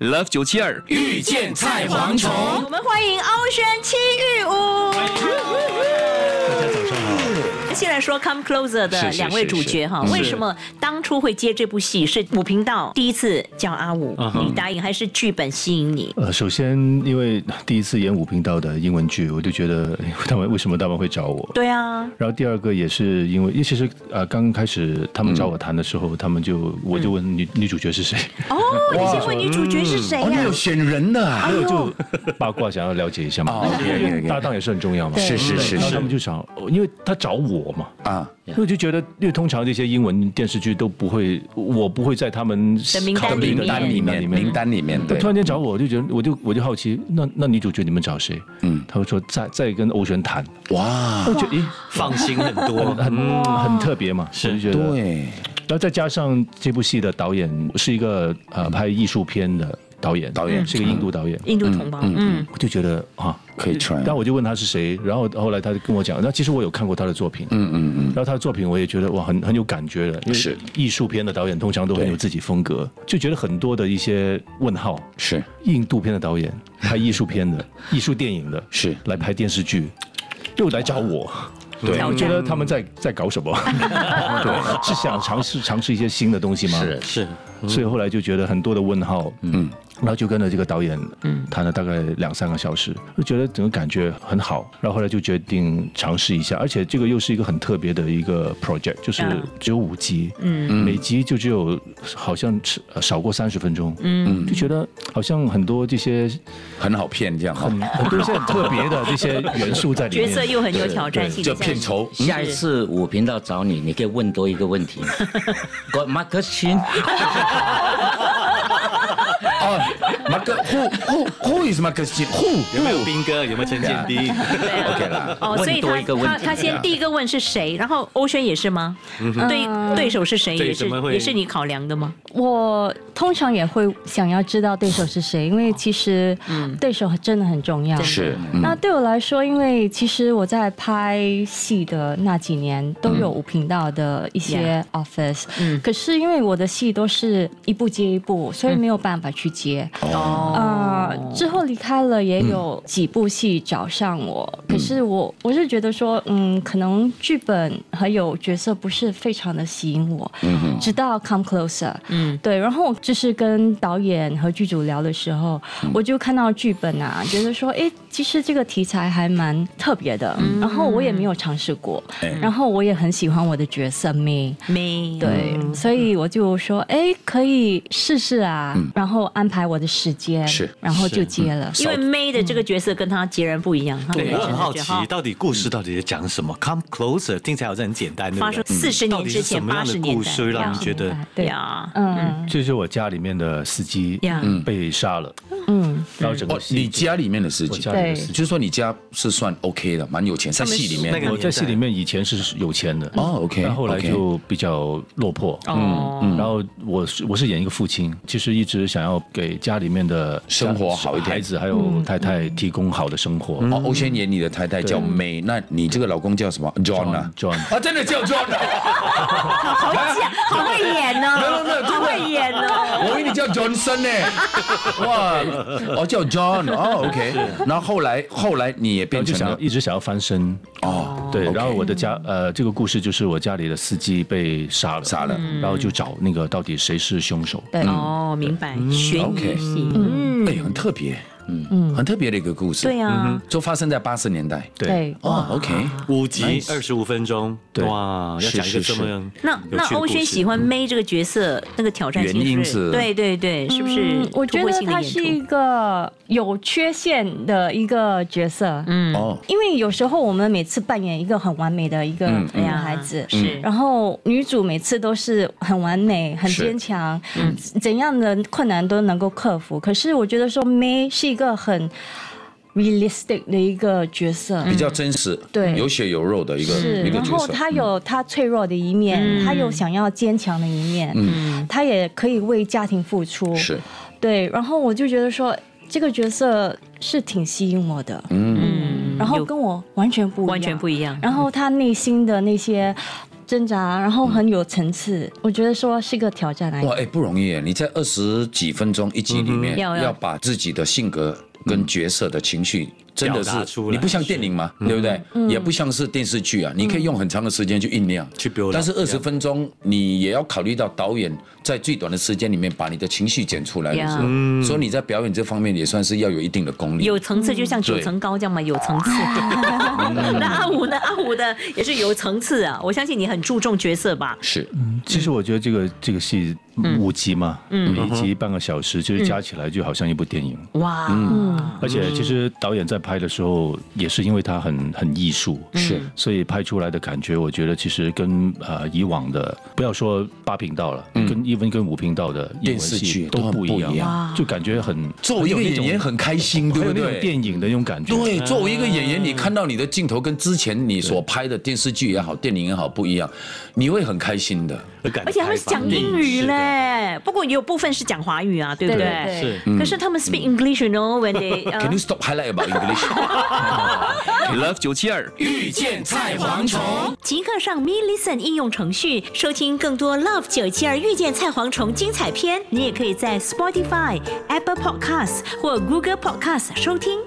Love 九七二遇见菜蝗虫。我们欢迎欧轩七玉屋。先来说《Come Closer》的是是两位主角哈是，是为什么当初会接这部戏？是武频道第一次叫阿武，嗯哼你答应还是剧本吸引你？呃，首先因为第一次演五频道的英文剧，我就觉得 哎他们为什么他们会找我？对啊，然后第二个也是因为，因为其实呃刚开始他们找我谈的时候，他们就我就问女、 女主角是谁，哦，你先问女主角是谁啊哦，你呀有？选人的啊？哎呦，八卦想要了解一下嘛， OK，OK，OK 搭档也是很重要嘛，是是是然后他们是就想，哦因为他找我嘛，啊，我就觉得，因为通常这些英文电视剧都不会，我不会在他们的名单考虑的里面名单里面名面。单里面对突，然间找我，我就觉得，我就我就好奇，那那女主角你们找谁？嗯他们说在在跟欧璇谈，哇我，就咦，放心很多很，很很特别嘛，是我就觉得。对，然后再加上这部戏的导演是一个呃拍艺术片的导演，导演是一个印度导演，印度同胞，嗯，我就觉得啊，可以穿然后我就问他是谁，然后后来他就跟我讲，那其实我有看过他的作品，嗯嗯嗯，然后他的作品我也觉得哇，很很有感觉的，因是为艺术片的导演通常都很有自己风格，就觉得很多的一些问号，是印度片的导演拍艺术 片的、艺术电影的，是来拍电视剧，又来找我。对我觉得他们在在搞 什么？对， 是想尝试尝试一些新的东西吗？是 是所以后来就觉得很多的问号，嗯，然后就跟着这个导演，嗯，谈了大概两三个小时，就觉得整个感觉很好，然后后来就决定尝试一下，而且这个又是一个很特别的一个 project，就是嗯只有五集，嗯，每集就只有好像是呃少过三十分钟，嗯，就觉得好像很多这些很好骗这样啊哈很，很多一些很特别的这些元素在里角面，色又很有挑战性，这像片酬下一次我频道找你，你可以问多一个问题。Got my question？哦，马哥 who who who is 马哥西 who 有没有斌哥？有没有陈建斌？对啊 OK 啦，哦，问所以多一他个问他题他先第一个问是谁，然后欧轩也是吗？对对手是谁对也是怎么会也是你考量的吗？我通常也会想要知道对手是谁，因为其实对手真的很重要。是那对我来说，因为其实我在拍戏的那几年都有五频道的一些 office，、嗯可是因为我的戏都是一部接一部，所以没有办法去接。哦呃，之后离开了也有几部戏找上我，可是我我是觉得说，嗯，可能剧本还有角色不是非常的吸引我，直到 Come Closer，嗯嗯，对，然后就是跟导演和剧组聊的时候，我就看到剧本啊，觉得说，哎，其实这个题材还蛮特别的，然后我也没有尝试过，然后我也很喜欢我的角色 May，没对，所以我就说，嗯哎，可以试试啊，然后安排我的时间，嗯是嗯然后就接了。因为 May 的这个角色跟他截然不一样，他对，我人生很的好角奇色哈，到底故事到底在讲什么？Come closer，听起来好像很简单，对发不生对？四十到年底之是什前么八样十的年故代事让你呀觉得对，呀，嗯这是我家里面的司机呀被杀了，嗯，然后整哦个，戏你家里面的事我情家，里的对司机。就是说你家是算 OK 的，蛮有钱，在戏里那面个我在戏里面以前是有钱的，哦，OK，但后来 OK 就比较落魄。嗯哦，然后我是我是演一个父亲，其实一直想要给家里面的生活家好一点孩子还有太太提供好的生活。哦，欧萱演你的太太叫 May，那你这个老公叫什么 John 啊 John 啊，真的叫 John 啊，好假， 好会演哦， 没有没有真的好会演哦。我以为你叫 Johnson 呢，哇，哦叫 John，哦 OK，然后后来后来你也然变后就成想了要一直想要翻身，哦，对。 OK 然后我的家呃，这个故事就是我家里的司机被杀了，杀了，然后就找那个到底谁是凶手。对，哦，明白，悬疑 OK 戏，哎，很特别，嗯，很特别的一个故事，对啊，就发生在八十年代，嗯对，对，哦 OK，五哎集二十五分钟，对哇，要是讲一个是这是么那有那趣的欧故轩事喜欢 May 这个角色，那个挑战性嗯原因是，是对对对，是不是嗯？我觉得他是一个有缺陷的一个角色，嗯，哦，因为有时候我们每次扮演一个很完美的一个嗯女孩子，是然后女主每次都是很完美、很坚强，嗯怎样的困难都能够克服。可是我觉得说 May 是一个很 realistic 的一个角色，比较真实，对有血有肉嗯的一个是，一个然角后色，嗯她有她脆弱的一面，她有想要坚强的一面，她也可以为家庭付出，嗯是，对。然后我就觉得说这个角色是挺吸引我的，嗯然后有跟我完全不一样嗯完全不一样然后他内心的那些挣扎，然后很有层次，我觉得说是个挑战来哇，哎、不容易耶！你在二十几分钟一集里面，嗯要要要把自己的性格跟角色的情绪，真的嗯表达是出来你不像电影嘛，对不对？嗯也不像是电视剧啊，你可以用很长的时间去酝酿，嗯去 build up，但是二十分钟，你也要考虑到导演在最短的时间里面把你的情绪剪出来的时候 Yeah 嗯所以你在表演这方面也算是要有一定的功力。有层次，就像九对嗯层高这样嘛，有层次。嗯 那阿五呢？阿五的也是有层次啊，我相信你很注重角色吧？是，其实我觉得这个这个戏五集嘛，每一集半个小时，其实加起来就好像一部电影。哇，嗯嗯而且其实导演在拍的时候，也是因为他很很艺术，嗯是，所以拍出来的感觉，我觉得其实跟呃以往的，不要说八频道了，跟 even 跟五频道的嗯英文电视戏剧都都很不一不一样，就感觉很作为一个演员很开哦心，对很有不那种对？电影的那种感觉。对，作为一个演员，你看到你的镜头跟之前你所拍的电视剧也好、电影也好不一样，你会很开心的。而且他们是讲英语嗯嘞，不过也有部分是讲华语啊，对不对对？对是可是他们 speak English，you know，when they 呃 Can you stop highlight about English？ Love 九七二遇见菜蝗虫，即刻上 Me Listen 应用程序收听更多 Love 九七二遇见菜蝗虫精彩片。你也可以在 Spotify、Apple Podcasts 或 Google Podcasts 收听。